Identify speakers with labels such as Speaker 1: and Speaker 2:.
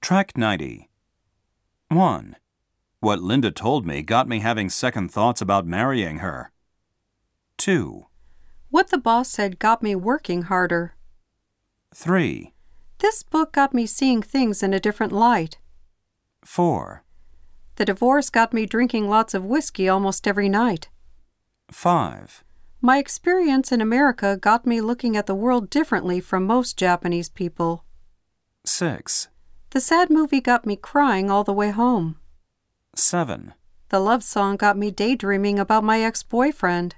Speaker 1: Track 90. 1. What Linda told me got me having second thoughts about marrying her. 2,
Speaker 2: What the boss said got me working harder.
Speaker 1: 3,
Speaker 2: This book got me seeing things in a different light.
Speaker 1: 4,
Speaker 2: The divorce got me drinking lots of whiskey almost every night.
Speaker 1: 5,
Speaker 2: My experience in America got me looking at the world differently from most Japanese people.
Speaker 1: 6,
Speaker 2: The sad movie got me crying all the way home.
Speaker 1: 7,
Speaker 2: The love song got me daydreaming about my ex boyfriend.